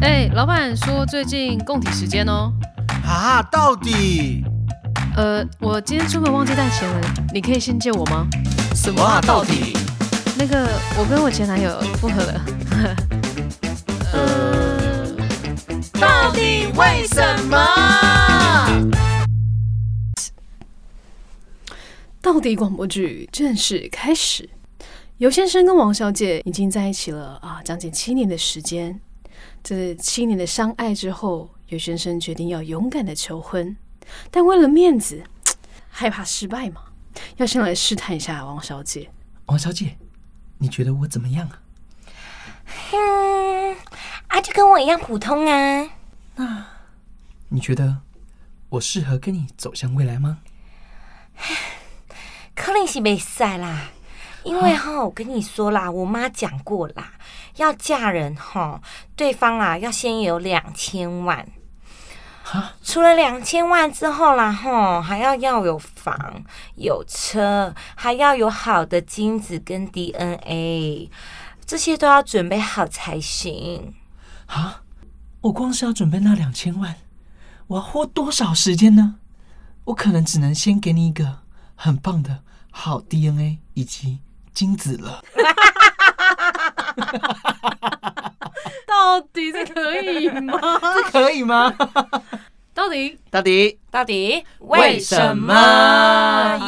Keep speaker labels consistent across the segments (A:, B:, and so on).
A: 哎、老板说最近供体时间哦。
B: 啊，到底
A: 呃，我今天出门忘记带钱了，你可以先借我吗？
B: 什么啊？到底？
A: 那个，我跟我前男友复合了。 呃，
B: 到底为什么？
A: 到底广播剧正式开始。尤先生跟王小姐已经在一起了啊，将近七年的时间。这七年的相爱之后，尤先生决定要勇敢的求婚，但为了面子，害怕失败嘛，要先来试探一下王小姐。
C: 王小姐，你觉得我怎么样啊？
D: 嗯，啊，就跟我一样普通啊。
C: 你觉得我适合跟你走向未来吗？
D: 柯林是没赛啦，因为
C: 啊
D: 哈，我跟你说啦，我妈讲过啦，要嫁人哈，对方啊要先有两千万
C: 哈。
D: 除了两千万之后啦，哈，还要要有房、有车，还要有好的精子跟 DNA，这些都要准备好才行。
C: 啊，我光是要准备那两千万，我要花多少时间呢？我可能只能先给你一个很棒的好 DNA 以及精子了。
A: 到底这可以吗？
C: 这可以吗？
A: 到底
C: 到底？
D: 到底
C: 为什么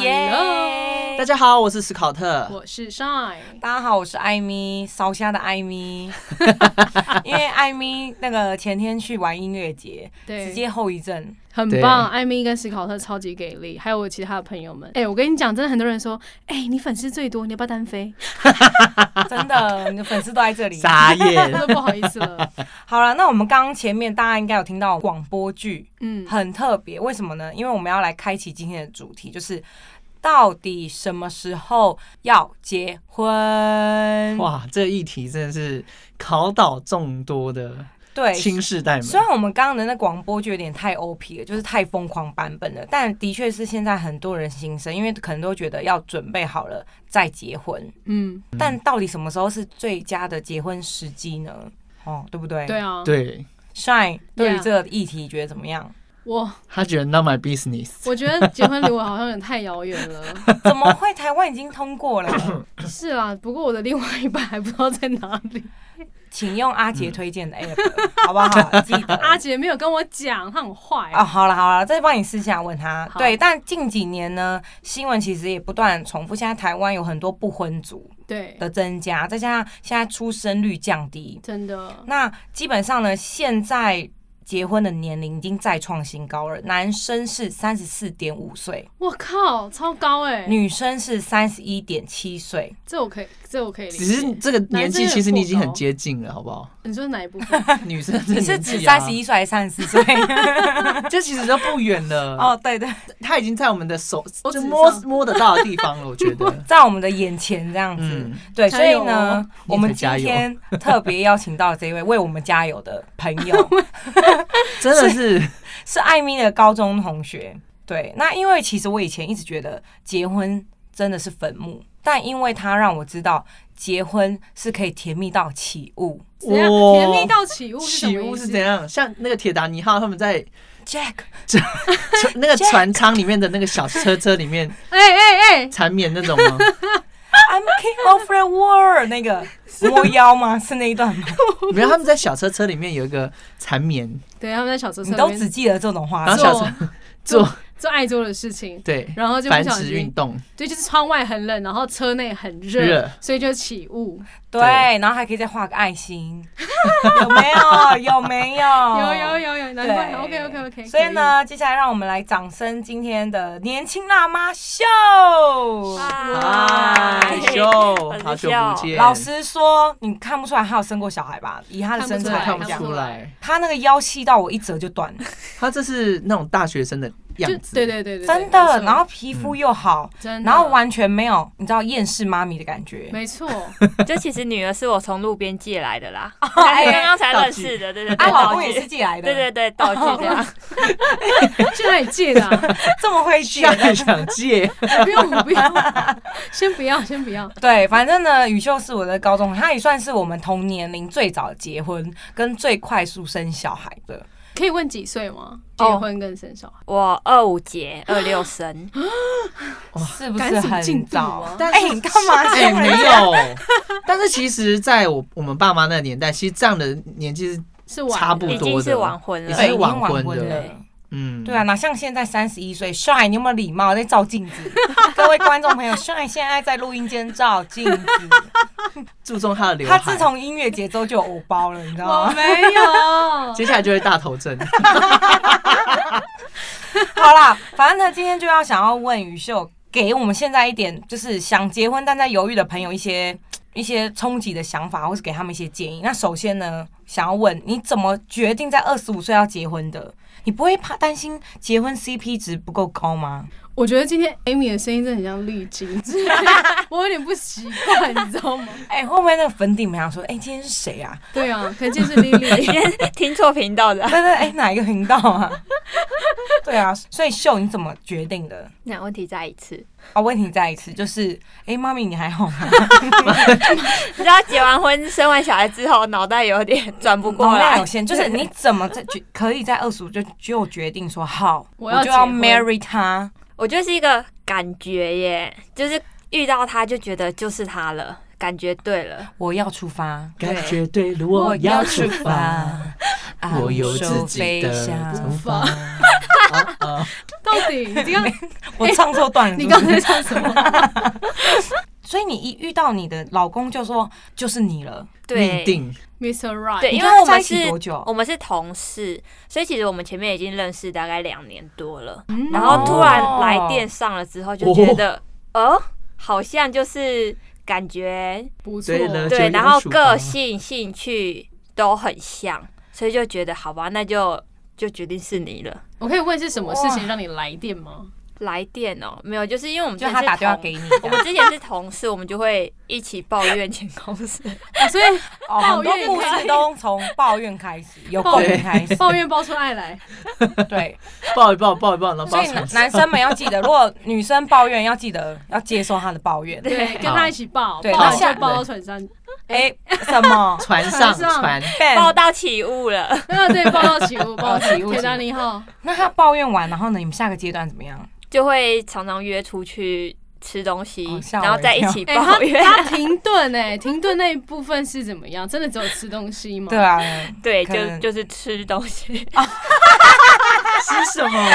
D: 耶
A: Hello
C: 大家好，我是斯考特。
A: 我是 Shine，
D: 大家好，我是艾米，烧虾的艾米。因为艾米那个前天去玩音乐节，
A: 对，
D: 直接后遗症。
A: 很
C: 对
A: 棒，艾米跟史考特超级给力，还有我其他的朋友们。哎、我跟你讲，真的很多人说，哎、你粉丝最多，你要不要单飞？
D: 真的，你的粉丝都在这里。
C: 傻
A: 我
C: 眼。
A: 都不好意思了。
D: 好了，那我们刚刚前面大家应该有听到广播剧，
A: 嗯，
D: 很特别。为什么呢？因为我们要来开启今天的主题，就是到底什么时候要结婚？
C: 哇，这一题真的是考倒众多的
D: 对，
C: 新世代们。
D: 虽然我们刚刚的那广播剧有点太 OP 了，就是太疯狂版本了，但的确是现在很多人心声，因为可能都觉得要准备好了再结婚，
A: 嗯，
D: 但到底什么时候是最佳的结婚时机呢？哦，对不对？
A: 对啊，
C: 对
D: Shine 对于
A: Yeah
D: 这个议题觉得怎么样？
A: 我
C: 他觉得 not my business。
A: 我觉得结婚离我好像有点太遥远了。
D: 怎么会台湾已经通过了？
A: 是啦，不过我的另外一半还不知道在哪里。
D: 请用阿杰推荐的 app，好不好？记得
A: 阿姐没有跟我讲，她很坏、
D: 哦，好了好了，再帮你私下问他。
A: 好
D: 对，但近几年呢，新闻其实也不断重复，现在台湾有很多不婚族，
A: 对，
D: 的增加，再加上现在出生率降低，
A: 真的，
D: 那基本上呢，现在结婚的年龄已经再创新高了。男生是三十四点五岁，
A: 我靠，超高哎、
D: 女生是三十一点七岁。
A: 这我可以，这我可以理
C: 只
A: 解。
C: 是这个年纪，其实你已经
A: 男生有点过
C: 很
A: 高
C: 接近了，好不好？
A: 你说哪一部分？
C: 女生这
D: 你 是
C: 年
D: 指
C: 纪
D: 三
C: 啊，
D: 十一岁还是三十四岁？
C: 这其实都不远了。
D: 哦，对对，
C: 他已经在我们的手
A: 手指
C: 就
A: 上
C: 摸摸得到的地方了，我觉得。
D: 在我们的眼前这样子。
C: 嗯，
D: 对，所
A: 加
D: 以
A: 油
D: 呢
A: 哦，
D: 我们
C: 你才加
D: 今
C: 油
D: 天特别邀请到这一位为我们加油的朋 友，
C: 真的是
D: 是艾米的高中同学。对，那因为其实我以前一直觉得结婚真的是坟墓，但因为他让我知道结婚是可以甜蜜到起雾。
A: 怎样
C: 哇
A: 甜蜜到起雾是什
C: 起
A: 么
C: 屋
A: 意
C: 是
A: 思？
C: 怎样？像那个铁达尼号他们在
D: Jack，
C: 船那个
D: Jack
C: 船舱里面的那个小车车里面
A: 哎哎哎，
C: 缠绵那种 吗？
D: I'm king of the world，那 个
A: 啊
D: 摸腰吗？是那一段吗？
C: 没有，他们在小车车里面有一个缠绵，
A: 对，他们在小车车
D: 你都
A: 里面
D: 只记得这种话
C: 然后
D: 术，
C: 小车
A: 做
C: 做
A: 做爱做的事情，
C: 对
A: 然后就不
C: 繁
A: 小
C: 殖运
A: 心，
C: 动，
A: 对，就是窗外很冷，然后车内很热
C: 热，
A: 所以就起雾。
D: 对，
C: 对
D: 然后还可以再画个爱心， 有没有？有没有？
C: 哦
A: 有有。有有，难怪。
D: 对
A: OK OK OK。
D: 所以，呢，接下来让我们来掌声今天的年轻辣妈秀。
C: 哎
A: 啊
D: 嗨
C: 秀，哎好久不见，
D: 老实说，你看不出来他有生过小孩吧？以他的身
C: 真的
D: 材
C: 看
D: 来
A: 看
C: 不
A: 不
D: 讲
A: 出
C: 出，来，
D: 他那个腰细到我一折就断了。
C: 他这是那种大学生的样
A: 就
C: 子。
A: 对对对对，
D: 真
A: 没
D: 的，
A: 错嗯
D: 然后皮肤又好，
A: 真的，
D: 然后完全没有你知道厌世妈咪的感觉。
A: 没错，
C: 哦
E: 就其实女儿是我从路边借来的啦， 但是刚刚才认识的，对对
D: 啊，
E: 对，
D: 哎老
E: 哦哎道
D: 公也
E: 具啊
D: 是，寄来的，
E: 对对对，道具这样，
A: 啊 去哪里借的、啊？
D: 这么会借
C: 下一想借，
A: 不用不 用，先不要先不要，
D: 对，反正呢，宇秀是我的高中同学，他也算是我们同年龄最早结婚跟最快速生小孩的。
A: 可以问几岁吗？结
E: 哦
A: 婚跟生小孩，
E: 我二五节二六生，
D: 是不
A: 赶
D: 是
A: 什么进
D: 很
A: 度
D: 早？
A: 啊？
C: 但
D: 哎、你干嘛这
C: 哎、
D: 样？
C: 没有。但是其实，在我我们爸妈那个年代，其实这样的年纪是，
A: 是晚
C: 差不
E: 已
C: 多
E: 经是晚婚
C: 已
E: 了
C: 经。
D: 对，已
C: 是
D: 经
C: 晚
D: 晚
C: 婚
D: 婚
C: 的
D: 了。
C: 嗯，
D: 对啊，，哪像现在三十一岁，帅，你有没有礼貌？在照镜 子，各位观众朋友，帅现在在录音间照镜子，
C: 注重他的刘海。
D: 他自从音乐节奏就有偶包了，你知道
A: 我
D: 吗？
A: 没有，
C: 接下来就会大头症。
D: 好啦，反正呢，今天就要想要问宇秀，给我们现在一点就是想结婚但在犹豫的朋友一些一些冲击的想法，或是给他们一些建议。那首先呢，想要问你怎么决定在二十五岁要结婚的？你不会怕担心结婚 CP 值不够高吗？
A: 我觉得今天 Amy 的声音真的很像滤镜， 我有点不习惯，你知道吗？
D: 哎、会不会那个粉底们想说，哎、今天是谁啊？
A: 对啊，可能见是 Lily。
E: 今天 听错频道的，
D: 对对，哎、哪一个频道啊？ 对啊，所以秀你怎么决定的？
E: 那问题再一次，
D: 啊，问题再一次就是，哎、妈咪你还好吗？
E: 你知道结完婚生完小孩之后，脑袋有点转不过
D: 脑量
E: 来
D: 有，限，就是你怎么在决可以在二十五就就决定说好，
A: 我
D: 我
A: 要
D: 就要
A: 结婚
D: marry 他，
E: 我觉得是一个感觉耶，就是遇到他就觉得就是他了，感觉对了。
D: 我要出发，
C: 感觉对了，我要出发，
D: 啊，
C: 我有自己
D: 飞
C: 的
D: 翔
C: 出发。
A: 到底你刚
D: 我唱错段 了
A: 你
D: 是不
A: 刚才
D: 是，
A: 唱什么？
D: 所以你一遇到你的老公就说就是你了，
E: 对
C: 命，定
A: Mr. Right，
E: 对，
D: 你
E: 因
D: 跟
E: 为我
D: 他在
E: 们
D: 一起
E: 是
D: 多久
E: 我们是同事，所以其实我们前面已经认识大概两年多了，
A: 嗯
E: 然后突然来电上了之后，就觉得哦，好像就是感觉
A: 不错，
C: 对了，
E: 对，
C: 就
E: 然后
C: 出发
E: 个性、兴趣都很像，所以就觉得好吧，那就就决定是你了。
A: 我可以问是什么事情让你来电吗？
E: 来电哦，没有，就是因为我们
D: 就他打电话给
E: 你。
D: 你，啊
E: 我们之前是同事，我们就会一起抱怨前公 司。
A: 啊所以
D: 哦，
A: 抱
D: 很多
A: 怨
D: 故
A: 开
D: 事
A: 始
D: 都从抱怨开始，有
A: 抱
D: 共
A: 怨
D: 鸣 开始，
A: 抱怨爆出爱来，
D: 对，
C: 抱一抱，抱一抱，然后
D: 所
C: 抱
D: 以男
C: 成
D: 男生们要记得，如果女生抱怨要记得要接受她的抱怨，
A: 对，跟他一起抱，
D: 对
A: 抱
D: 那
A: 就
D: 下
A: 抱到船上，
D: 哎，什么
C: 船上
A: 船上
C: 船，
E: 抱到起雾了，
A: 啊对，抱到起舞，抱到
D: 起
A: 起
D: 舞
A: 舞，铁达尼号，
D: 那他抱怨完，然后呢，你们下个阶段怎么样？
E: 就会常常约出去吃东西，
D: 哦吓我
E: 然后再一起
A: 哎，他
E: 抱怨。
A: 他停顿哎，停顿那一部分是怎么样？真的只有吃东西吗？
D: 对啊，
E: 对，
D: 可能啊
E: 就就是吃东西，
C: 吃什么？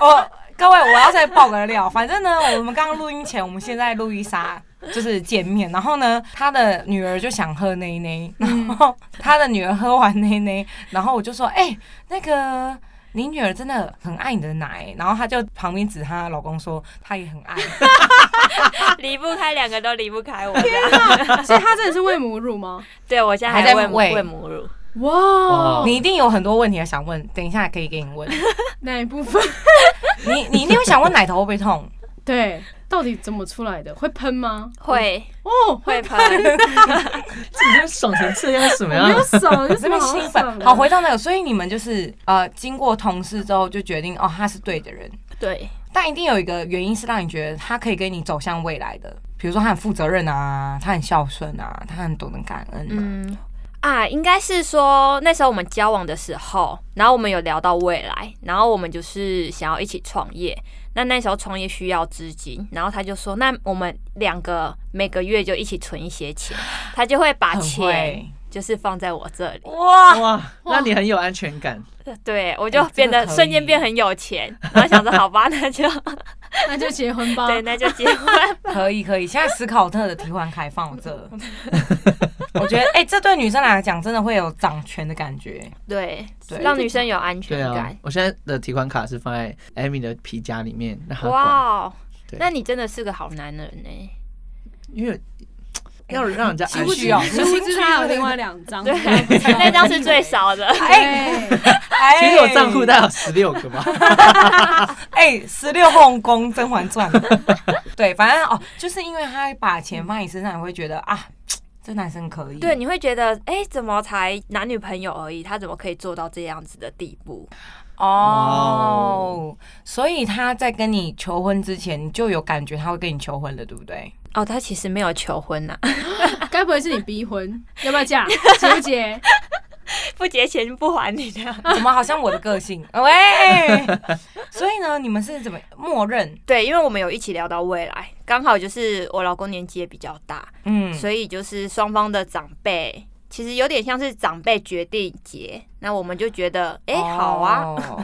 D: 哦，各位，我要再爆个料。反正呢，我们刚刚录音前，我们现在路易莎就是见面，然后呢，她的女儿就想喝奶奶，然后她的女儿喝完奶奶，然后我就说，哎、那个。你女儿真的很爱你的奶，然后她就旁边指她老公说，她也很爱。
E: 离不开两个都离不 开我。
A: 所以他真的是喂母乳吗？
E: 对我现在
D: 还在
E: 喂
D: 喂
E: 喂母乳，
A: 哇，
D: 你一定有很多问题想问，等一下可以给你问。
A: 哪一 部分？
D: 你你一定会想问奶头会不会痛？
A: 对，到底怎么出来的？会喷吗？
E: 会
A: 哦，
E: 会喷。
C: 自己都爽成这样，什么
A: 我没
C: 样
A: 有？手，有
D: 这
A: 什么
D: 边
A: 好爽
D: 兴奋，
A: 的
D: 好回到那个，所以你们就是呃，经过同事之后就决定哦，他是对的人，
E: 对，
D: 但一定有一个原因是让你觉得他可以跟你走向未来的，比如说他很负责任啊，他很孝顺啊，他很懂得感恩、啊。
E: 嗯啊，应该是说那时候我们交往的时候，然后我们有聊到未来，然后我们就是想要一起创业。那那时候创业需要资金，然后他就说，那我们两个每个月就一起存一 些钱，他就会把
D: 很
E: 钱
D: 会
E: 就是放在我这里。
D: 哇，
C: 哇，那你很有安全感。
E: 对，我就
D: 哎这
E: 变
D: 个
E: 得
D: 可
E: 瞬间
D: 以
E: 变很有钱，然后想着好吧，那就
A: 那就结婚吧。
E: 对，那就结婚。
D: 可以可以，现在思考特的提款开放这，我觉得哎、这对女生来讲真的会有掌权的感觉，
E: 对，
D: 对
E: 让女生有安全
C: 对啊
E: 感，。
C: 我现在的提款卡是放在 Amy 的皮夹里面，让她管，
E: 哇哦
C: 对，
E: 欸 那你真的是个好男人呢、
C: 因为要让人家
D: 哎
F: 殊
C: 安
F: 不
C: 心
F: 知，。殊不知他有另外两张，
E: 对
F: 我不知道，
E: 那张是最少 的。
F: 哎，
C: 其
D: 哎
C: 实我账户大概有十六个吧，
D: 哎，十六后宫《甄嬛传》 对，反正哦，就是因为他把钱放你身上，你会觉得啊，这男生可以。
E: 对，你会觉得，哎、怎么才男女朋友而已，他怎么可以做到这样子的地步？
D: 哦，所以他在跟你求婚之前，你就有感觉他会跟你求婚了，对不对？
E: 哦，他其实没有求婚啊呐、
F: 该不会是你逼婚？要不要嫁？结不结？
E: 不结钱不还你的。
D: 怎么好像我的个性？喂，所以呢，你们是怎么默认？
E: 对，因为我们有一起聊到未来，刚好就是我老公年纪也比较大，
D: 嗯，
E: 所以就是双方的长辈，其实有点像是长辈决定结，那我们就觉得，哎、好啊，
D: 哦，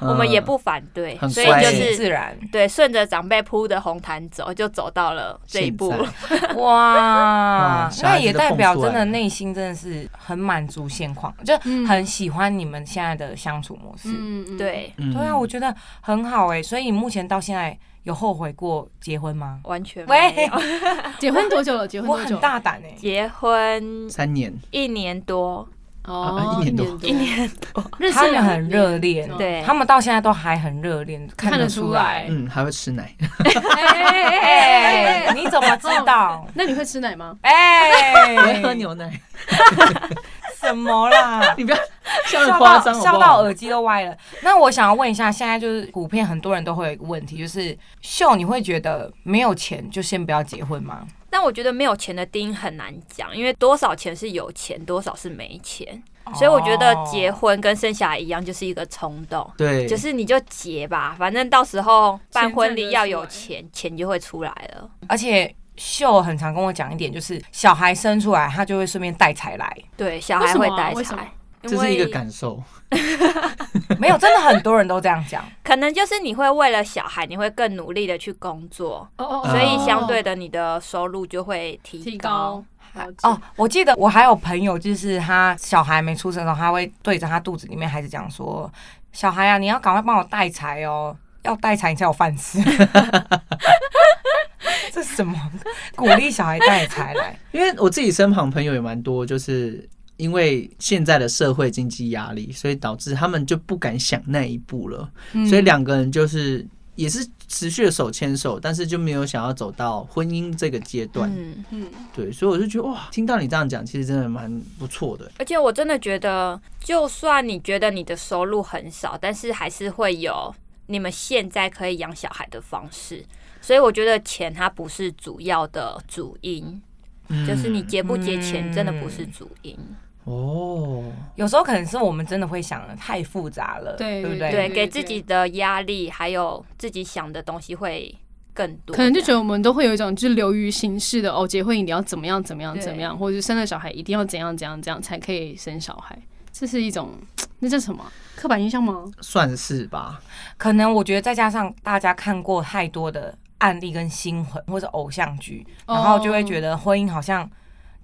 E: 我们也不反对，
C: 很
E: 所以
C: 乖
E: 就
C: 耶
D: 自
E: 是
D: 然
E: 对，顺着长辈铺的红毯走，就走到了这一步。
C: 现在
D: 哇，
C: 小孩
D: 那
C: 子
D: 也
C: 都
D: 代
C: 蹦
D: 表
C: 出
D: 真
C: 来了
D: 的内心真的是很满足现况，就
F: 嗯
D: 很喜欢你们现在的相处模式。
F: 嗯，
E: 对，
C: 嗯
D: 对啊，我觉得很好哎、所以目前到现在有后悔过结婚吗？
E: 完全没
D: 喂
E: 有
F: 嗯结婚多久了？结婚
D: 我
F: 多
D: 很
F: 久？
D: 大胆哎、
E: 结婚
C: 三年，
E: 一年多，
F: 哦，
C: 啊一年多
F: 一年多，认识
D: 他们
F: 两年
D: 很热恋，
F: 嗯
E: 对
D: 他们到现在都还很热恋，看
F: 看
D: 得
F: 得
D: 出
F: 出
D: 来。
F: 来。
C: 嗯，还会吃奶，
F: 哎哎哎哎哎
D: 哎、你怎么知 道？
F: 那你会吃奶吗？
D: 哎、
C: 我会喝牛奶，
D: 什么 啦？
C: 你不要笑得
D: 笑
C: 夸
D: 到
C: 张好
D: 笑
C: 不
D: 到
C: 好？
D: 耳机都歪了。那我想要问一下，现在就是普遍很多人都会有一个问题，就是秀你会觉得没有钱就先不要结婚吗？
E: 但我觉得没有钱的丁很难讲，因为多少钱是有钱，多少是没钱，所以我觉得结
D: 哦
E: 婚跟生小孩一样，就是一个冲动。
C: 对，
E: 就是你就结吧，反正到时候办婚礼要有
F: 钱
E: 钱，钱就会出来了。
D: 而且秀很常跟我讲一点，就是小孩生出来，他就会顺便带财来。
E: 对，小孩会带
F: 为什么啊
E: 财，因
C: 这是一个
E: 为
C: 感受，
D: 没有，真的很多人都这样讲。
E: 可能就是你会为了小孩，你会更努力的去工作，
F: 哦哦，哦
E: 所以相对的你的收入就会提
F: 哦提
E: 高
F: 高。。了解
D: 哦，，我记得我还有朋友，就是他小孩没出生的时候，他会对着他肚子里面孩子讲说：“小孩啊，你要赶快帮我带财哦， 要带财你才有饭吃。” 这是什么鼓励小孩带财来？
C: 因为我自己身旁朋友也蛮多，就是因为现在的社会经济压力，所以导致他们就不敢想那一步了。所以两个人就是也是持续的手牵手，但是就没有想要走到婚姻这个阶段。
E: 嗯，
F: 嗯，
C: 对，所以我就觉得哇，听到你这样讲，其实真的蛮不错的。
E: 而且我真的觉得，就算你觉得你的收入很少，但是还是会有你们现在可以养小孩的方式。所以我觉得钱它不是主要的主因，
C: 嗯
E: 就是你结不结钱
D: 嗯
E: 真的不是主因。
C: 哦，
D: 有时候可能是我们真的会想的太复杂了，
F: 对
D: 对不
E: 对，
D: 对？
E: 给自己的压力还有自己想的东西会更多，
F: 可能就觉
E: 这样
F: 得我们都会有一种就是流于形式的哦，结婚一定要怎么样怎么样
E: 对
F: 怎么样，或者是生了小孩一定要怎样怎样怎样才可以生小孩，
D: 嗯
F: 这是一种那叫什么刻板印象吗？
C: 算是吧。
D: 可能我觉得再加上大家看过太多的案例跟新闻或者偶像剧，
F: 哦
D: 然后就会觉得婚姻好像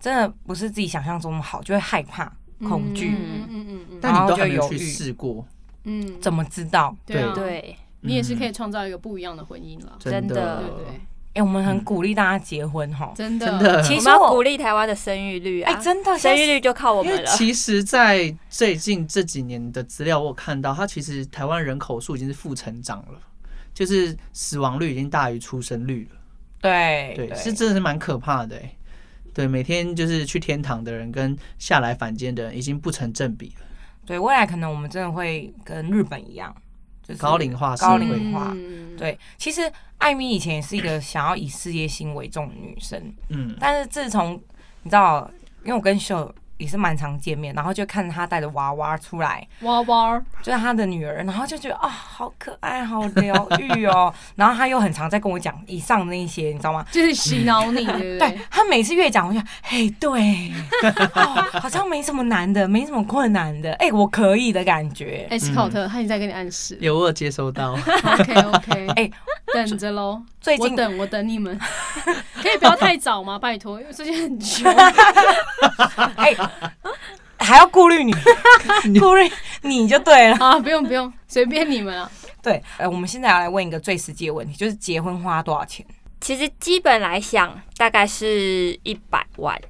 D: 真的不是自己想象中那么好，就会害怕、恐惧。
F: 嗯嗯嗯嗯
C: 但你都
D: 然后就
C: 还没有
D: 犹
C: 去
D: 豫
C: 试过，
F: 嗯，嗯
D: 怎么知道？
F: 对啊？
E: 对，
F: 你也是可以
C: 嗯
F: 创造一个不一样的婚姻了，
E: 真
C: 真
E: 的
F: 对
C: 的
F: 不对？
D: 哎、我们很
C: 嗯
D: 鼓励大家结婚哈。
F: 真的
C: 真的。
D: 其
E: 我
D: 实
E: 们要鼓
D: 我
E: 励台湾的生育率嗯啊，
D: 哎、真的
E: 生
D: 现
E: 育
D: 在
E: 率就靠我
C: 因为
E: 们了。
C: 其实，在最近这几年的资料，我有看到它其实台湾人口数已经是负成长了，就是死亡率已经大于出生率了。
D: 哎对
C: 对，是真的是蛮可怕的、欸。对，每天就是去天堂的人跟下来凡间的人已经不成正比了，
D: 对，未来可能我们真的会跟日本一样，就是
C: 高龄化社
D: 高
C: 会。
D: 龄化。
F: 嗯
D: 对，其实艾米以前也是一个想要以事业心为重的女生，
C: 嗯，
D: 但是自从你知道，因为我跟秀也是蛮常见面，然后就看着她带着娃娃出来，
F: 哇哇，
D: 就是她的女儿，然后就觉得啊、好可爱，好疗 愈哦。然后她又很常在跟我讲以上那一些，你知道吗？
F: 就是洗脑 你，对不
D: 对
F: 对？
D: 她每次越讲，我就嘿，对、哦，好像没什么难的，没什么困难的，哎、我可以的感觉。
F: 哎，斯考特，他已经在跟你暗示
C: 有我有接收到，
F: ，OK OK，
D: 哎，
F: 等着喽。
D: 最
F: 我
D: 近
F: 等我等你们， 可以不要太早吗？拜托，因为最近很穷。
D: 哎、还要顾虑你，顾虑你就对了。
F: 啊，不用不用，随便你们了。
A: 啊
D: 对，呃，我们现在要来问一个最实际的问题，就是结婚花多少钱？
E: 其实基本来想，大概是一百万。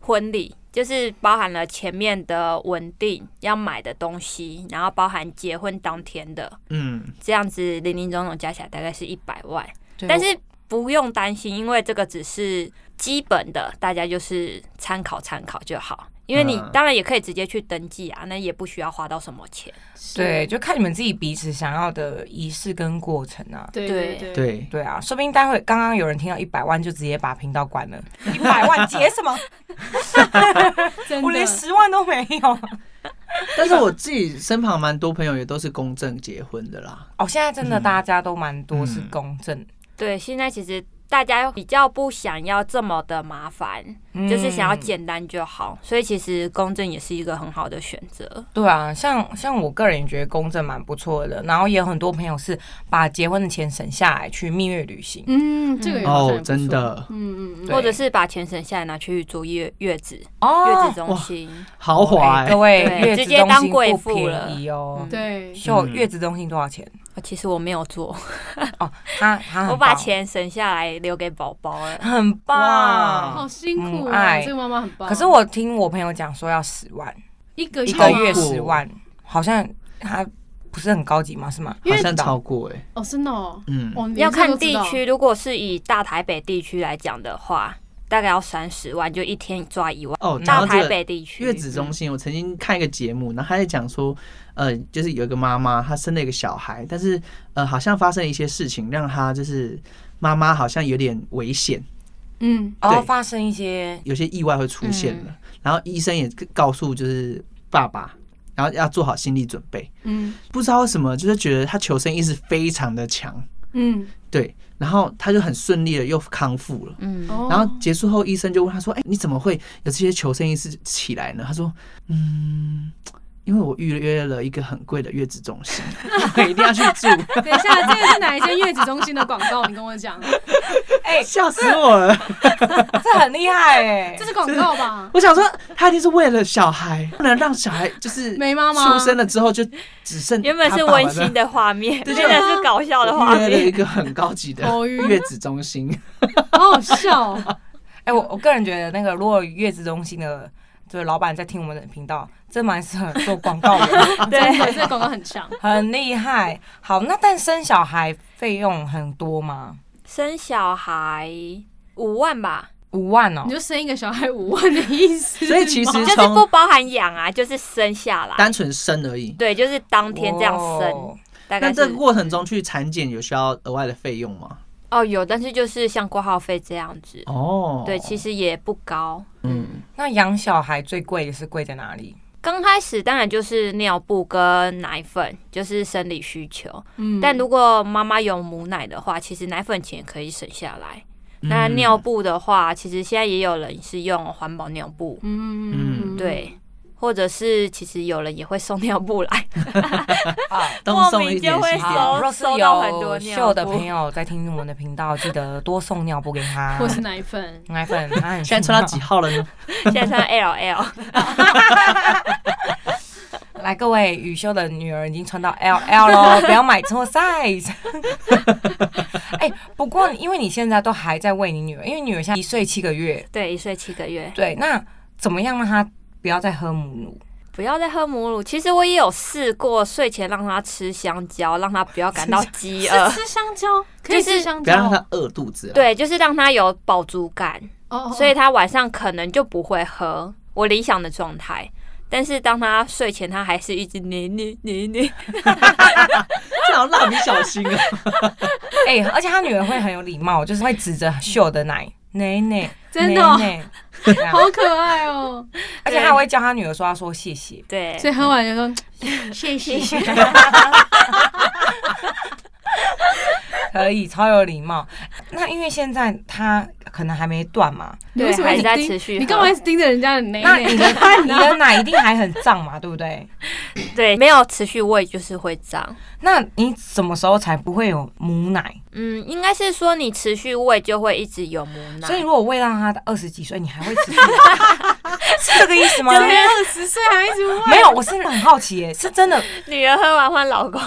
E: 婚礼就是包含了前面的稳定要买的东西，然后包含结婚当天的，
C: 嗯，
E: 这样子零零总总加起来大概是一百万。
D: 对
E: 但是不用担心，因为这个只是基本的，大家就是参考参考就好。因为你
C: 嗯
E: 当然也可以直接去登记啊，那也不需要花到什么钱。
D: 对，就看你们自己彼此想要的仪式跟过程啊。
A: 对
E: 对
A: 对，
C: 对，
D: 对啊，说不定待会刚刚有人听到一百万就直接把频道关了。一百万结什么？
A: 真的
D: 我连十万都没有。
C: 但是我自己身旁蛮多朋友也都是公证结婚的啦，
D: 哦，现在真的大家都蛮多是
C: 嗯
D: 公证，
E: 对，现在其实大家比较不想要这么的麻烦，就是想要
D: 嗯
E: 简单就好。所以其实公证也是一个很好的选择。
D: 对啊，像像我个人也觉得公证蛮不错的，然后也有很多朋友是把结婚的钱省下来去蜜月旅行。
A: 嗯，这个也好像也
C: 哦，
A: 不错
C: 真，的
A: 嗯嗯嗯，
D: 对
E: 或者是把钱省下来拿去做月月子、月
C: 啊
D: 哦
E: 子中心，
C: 豪华
D: 各
C: 欸，
D: 位
E: 对
D: 月
E: 直
D: 子
E: 接
D: 中
E: 当
D: 心
E: 贵
D: 不
E: 妇
D: 便宜哦
E: 了。
A: 对，
D: 秀
C: 嗯
D: 月子中心多少钱？
E: 哦其实我没有做，
D: 哦，他他很
E: 我把
D: 棒
E: 钱省下来留给宝宝了。
D: 很
C: 哇
D: 棒。
A: 好辛苦
D: 母
A: 啊，
D: 爱
A: 这个妈妈很棒。
D: 嗯哎可是我听我朋友讲说要十万，
A: 一个哦
D: 一
A: 吗
D: 个月
C: 哦
D: 十万，好像他不是很高级吗？是吗？
A: 因
C: 好
A: 为
C: 像超过哎，
A: 哦，真的哦，
C: 嗯，
A: 哦，你
E: 要
A: 这个
E: 看
A: 都知
E: 地
A: 道
E: 区，如果是以大台北地区来讲的话，大概要三十万，就一天抓一万。
C: 哦，然
E: 大
C: 后
E: 台
C: 这个
E: 北地区
C: 月子中心，我曾经看一个节目，然后他在讲说，呃，就是有一个妈妈，她生了一个小孩，但是呃，好像发生了一些事情，让她就是妈妈好像有点危险，
A: 嗯，
D: 然后
C: 对
D: 发生一些
C: 有些意外会出现了，然后医生也告诉就是爸爸，然后要做 好心理准备。
A: 嗯
C: 不知道为什么，就是觉得他求生意识非常的强，
A: 嗯，
C: 对，然后他就很顺利的又康复了。
E: 嗯，
A: 哦
C: 然后结束后，医生就问他说：“哎、你怎么会有这些求生意识起来呢？”他说：“嗯，因为我预约了一个很贵的月子中心，我一定要去住。
A: 等一下，这个是哪一间月子中心的广告？你跟我 讲，”
C: 吓死我了！
D: 这很厉害 哎、
A: 这是广告吧？
C: 我想说，他一定是为了小孩，不能让小孩就是
A: 没妈妈
C: 出生了之后就只剩
E: 原本是
C: 他爸爸
E: 温馨
C: 了。
E: 的画 面，
C: 对
E: 真
C: 就
E: 的是搞笑的画
C: 我预约了一
E: 面。
C: 个很高级的
A: 偶遇
C: 月子中心，
A: 哦好好笑哦，
D: 哎、我我个人觉得那个如果月子中心的就是老板在听我们的频道，真蛮适合做广告的，
A: 真
E: 对，
A: 的，这个广告很强。
D: 很厉害。好，那但生小孩费用很多吗？
E: 生小孩五万吧，
D: 五万哦
A: 你、就生一个小孩五万的意思，
C: 所以其实
E: 哦就是
C: 从
E: 不包含养啊，就是生下来。
C: 单纯生而已。
E: 对，就是当天这样生，
D: 哦
E: 大概
C: 那这
E: 是
C: 个过程中去产检有需要额外的费用吗？
E: 哦有，但是就是像挂号费这样子，
C: 哦，
E: 对，其实也不高。
C: 嗯，
D: 那养小孩最贵的是贵在哪里？
E: 刚开始当然就是尿布跟奶粉，就是生理需求。
A: 嗯
E: 但如果妈妈有母奶的话，其实奶粉钱可以省下来。
C: 嗯
E: 那尿布的话，其实现在也有人是用环保尿布，
A: 嗯，
E: 对，或者是其实有人也会送尿布来。
D: 啊，
C: 东
E: 莫
C: 嗯送
E: 名
C: 一点
E: 就会
C: 西
E: 少
C: 点，
E: 收
D: 好，若是
E: 收到很多
D: 有
E: 尿
D: 秀的
E: 布
D: 朋友在听我们的频道，记得多送尿布给他
A: 或。是奶粉，
D: 奶 粉，他很
C: 现在
D: 重
C: 穿
D: 要
C: 到几号了呢？
E: 现在穿 L L，
D: 来，各位，雨秀的女儿已经穿到 LL 喽， 不要买错 size。哎、不过因为你现在都还在喂你女儿，因为女儿现在一岁七个月，
E: 对，一岁七个月，
D: 对，那怎么样让她不要再喝母乳？
E: 不要再喝母乳。其实我也有试过睡前让他吃香蕉，让他不要感到饥饿
A: 是。吃香蕉，可以
E: 就是
A: 吃香
C: 不要
A: 蕉
C: 让，他饿肚子。，
E: 对，就是让他有饱足感，
A: 哦，哦
E: 所以他晚上可能就不会喝。我理想的状态，但是当他睡前，他还是一直捏捏捏捏。
C: 这好像蜡笔小新 啊。
D: 哎、而且她女儿会很有礼貌，就是会指着秀的奶。奶奶，
A: 真的哦
D: 奶奶这样
A: 好可爱哦。
D: 而且她还会教她女儿说，她说谢谢，
E: 对，
A: 所以喝完就说谢谢，
D: 可以超有礼貌。那因为现在她可能还没断嘛，
A: 你为什么一直
E: 还在
A: 盯
E: 持续喝
A: 你干嘛一直盯着人家的奶
D: 那
A: 奶
D: 你？的你的奶一定还很胀嘛，对不对？
E: 对，没有持续喂就是会胀。
D: 那你什么时候才不会有母奶？
E: 嗯，应该是说你持续喂就会一直有母奶。
D: 所以如果喂到他二十几岁，你还会 吃？是这个意思吗？
A: 二十岁还一 直问
D: 没有，我是很好奇耶，是真的。
E: 女儿喝完换老公，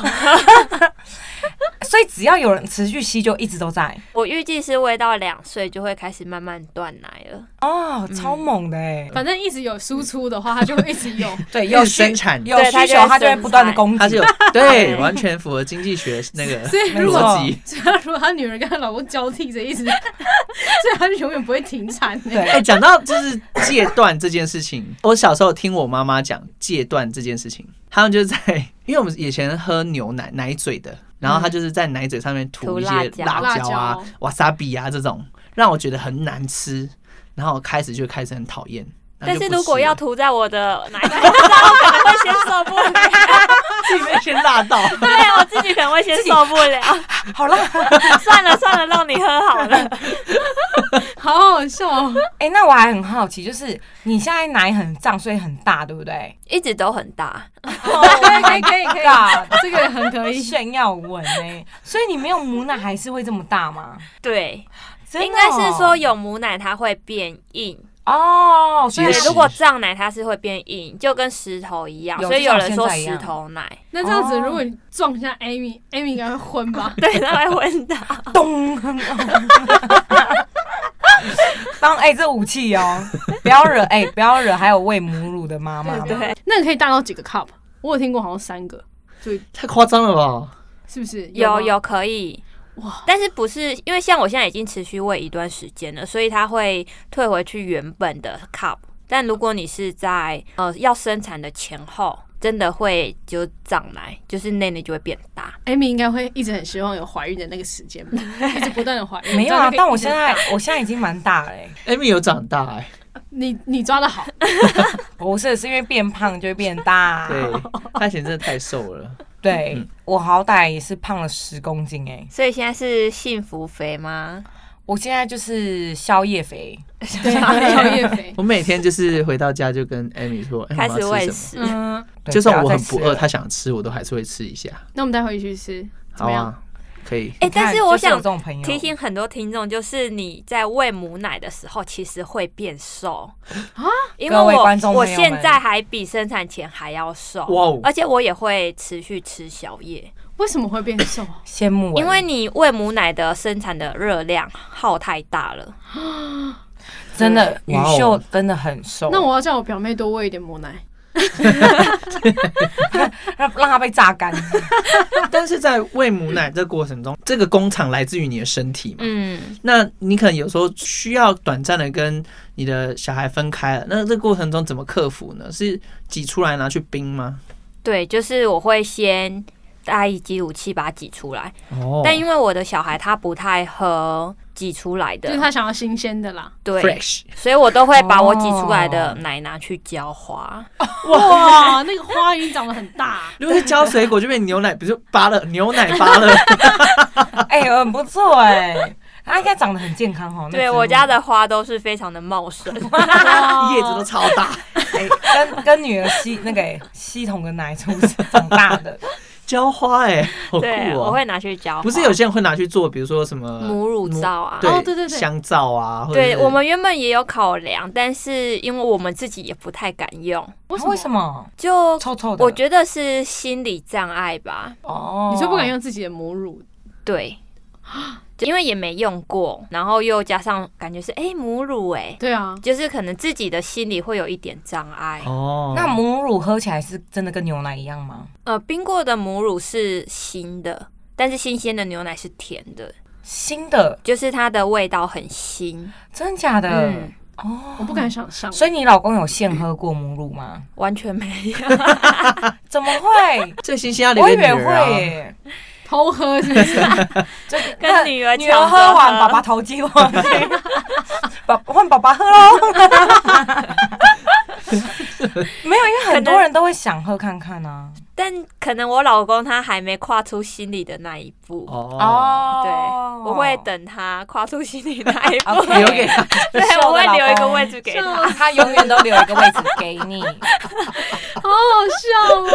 D: 所以只要有人持续吸，就一直都在
E: 我预计是喂到两岁就会开始慢慢断奶了。
D: 哦，超猛的哎、
A: 反正一直有输出的话，它就会一直有。
D: 对，
G: 又
D: 有
G: 生
D: 需
G: 产，
D: 有需求，它就会不断的供
G: 它是
D: 给
G: 有。对，完全符合经济学那个
A: 所以如
G: 逻
A: 果
G: 辑。
A: 所以她如果她女儿跟她老公交替着一 直，所以她就永远不会停产、欸。
D: 对
G: 哎，讲到就是戒断这件事情，我小时候听我妈妈讲戒断这件事情，他们就是在，因为我们以前喝牛奶奶嘴的，然后他就是在奶嘴上面
E: 嗯涂
G: 涂一
E: 辣
G: 些
E: 椒
G: 辣椒啊
A: 辣、
G: 瓦萨比啊这种，让我觉得很难吃，然后开始就开始很讨厌。然后
E: 但
G: 就是不
E: 如果
G: 吃
E: 要
G: 了
E: 涂在我的奶头上，我可能会先受不了。
G: 自己被先辣 到，
E: 对啊我自己可能会先受不了。
D: 好啦，
E: 算了算了，让你喝好了。
A: 好好笑哦、
D: 哎、那我还很好奇，就是你现在奶很胀，所以很大，对不对？
E: 一直都很大，
A: 可以可以可以，
D: 大，
A: 这个很可以。
D: 炫耀文哎、所以你没有母奶还是会这么大吗？
E: 对，
D: 真的
E: 应该是说
D: 哦
E: 有母奶它会变硬，
D: 哦，所以
G: 结
E: 对
G: 实，
E: 如果胀奶它是会变硬，就跟石头一样，
D: 有
E: 所以有人
D: 就像
E: 说
D: 我现在一样
E: 石头奶，
A: 那这样子，
D: 哦
A: 如果你撞一下 Amy，Amy 应该会昏吧？
E: 对，它会昏倒。
D: 咚， 当哎、这武器哦，不要惹哎、不要惹还有喂母乳的妈妈。
E: 对，
A: 那个可以大到几个 cup？我有听过，好像三个，
G: 太夸张了吧？
A: 是不是？
E: 有
A: 吗
E: 有可以。
A: 哇！
E: 但是不是因为像我现在已经持续喂一段时间了，所以它会退回去原本的 cup。但如果你是在呃要生产的前后，真的会就胀奶，就是内内就会变大。
A: Amy 应该会一直很希望有怀孕的那个时间 吧，一直不断的怀孕。
D: 没有
A: 这样就
D: 啊，
A: 可以
D: 但我
A: 一直
D: 现在我现在已经蛮大了、哎，
G: 艾米有长大哎、
A: 你你抓的好，
D: 不是是因为变胖就会变大。
G: 对，她以前真的太瘦了。
D: 对
G: 嗯
D: 我好歹也是胖了十公斤哎、
E: 所以现在是幸福肥吗？
D: 我现在就是宵夜肥，
A: 对，宵夜肥。
G: 我每天就是回到家就跟艾米说，哎、
E: 开
G: 我
E: 始
G: 们要
E: 喂
G: 吃什么？
E: 食。
A: 嗯，
D: 对
G: 就算
D: 要
G: 我
D: 再
G: 很不
D: 吃
G: 饿，
D: 了
G: 她想吃我都还是会吃一下。
A: 那我们待会一起去吃，怎
G: 好
A: 么样？
G: 啊，可以。
E: 哎、
D: 你看
E: 但是
D: 就
E: 我
D: 是有
E: 想
D: 这种朋友
E: 提醒很多听众，就是你在喂母奶的时候，其实会变瘦
A: 啊，
E: 因为
D: 各位
E: 我
D: 观众
E: 我
D: 朋友们
E: 现在还比生产前还要瘦，
G: 哇哦
E: 而且我也会持续吃宵夜，
A: 为什么会变瘦？
D: 羡慕我，
E: 因为你喂母奶的生产的热量耗太大了，
D: 真的宇
G: 哇哦
D: 秀真的很瘦，
A: 那我要叫我表妹多喂一点母奶。
D: 让让他被榨干。
G: 但是在喂母奶这个过程中，这个工厂来自于你的身体嘛，
E: 嗯，
G: 那你可能有时候需要短暂的跟你的小孩分开了。那这个过程中怎么克服呢？是挤出来拿去冰吗？
E: 对，就是我会先大一挤乳器把它挤出来，
G: 哦
E: 但因为我的小孩他不太喝挤出来
D: 啊
A: 就是
E: 的，
A: 她想要新鲜的啦。
E: 对，
G: fresh
E: 所以我都会把我挤出来
D: 哦
E: 的奶拿去浇花。
A: 哇，那个花已经长得很大，
G: 如果是浇水果就变牛奶，不是芭乐牛奶芭 乐，
D: 哎、很不错哎、他应该长得很健康哦。那
E: 对
D: 植物
E: 我家的花都是非常的茂 盛，
G: 叶子都超大。
D: 哎、跟跟女儿吸那个、哎吸统的奶出长大 的，
G: 浇花哎、好酷
E: 对，
G: 哦、
E: 我会拿去浇花。
G: 不是有些人会拿去做，比如说什么
E: 母乳皂啊？
G: 对、
A: 哦对对对
G: 香皂啊，或者
E: 对
G: 是
E: 我们原本也有考量，但是因为我们自己也不太敢用，
D: 啊为什么？为什么
E: 就
D: 臭臭的？
E: 我觉得是心理障碍吧。
D: 哦，
A: 你就不敢用自己的母乳？
E: 对，就因为也没用过，然后又加上感觉是哎、母乳哎、
A: 对啊，
E: 就是可能自己的心里会有一点障碍。
G: 哦，
D: 那母乳喝起来是真的跟牛奶一样吗？
E: 呃，冰过的母乳是腥的，但是新鲜的牛奶是甜的，
D: 新的，
E: 就是它的味道很腥。
D: 真的假的？
E: 嗯，
A: 我不敢想象。
D: 所以你老公有现喝过母乳吗？
E: 完全没有。
D: 怎么会？
G: 最新鲜要留
D: 我
G: 给
D: 以
G: 女
D: 为
G: 儿啊
D: 会、
E: 欸
D: 耶，
A: 偷喝 是不是？
D: 就
E: 跟
D: 那
E: 女儿
D: 女儿
E: 抢着
D: 喝完，
E: 喝
D: 爸爸投机忘记， 爸换爸爸喝喽。 没有，因为很多人都会想喝看看啊。
E: 但可能我老公他还没跨出心里的那一步。
G: 哦，
E: 对，我会。等他跨出心里那 一步，
D: 哦 OK，
G: 啊留给她
E: 对，我会留一个位置给他。
D: 他永远都留一个位置给你。
A: 好好笑哦！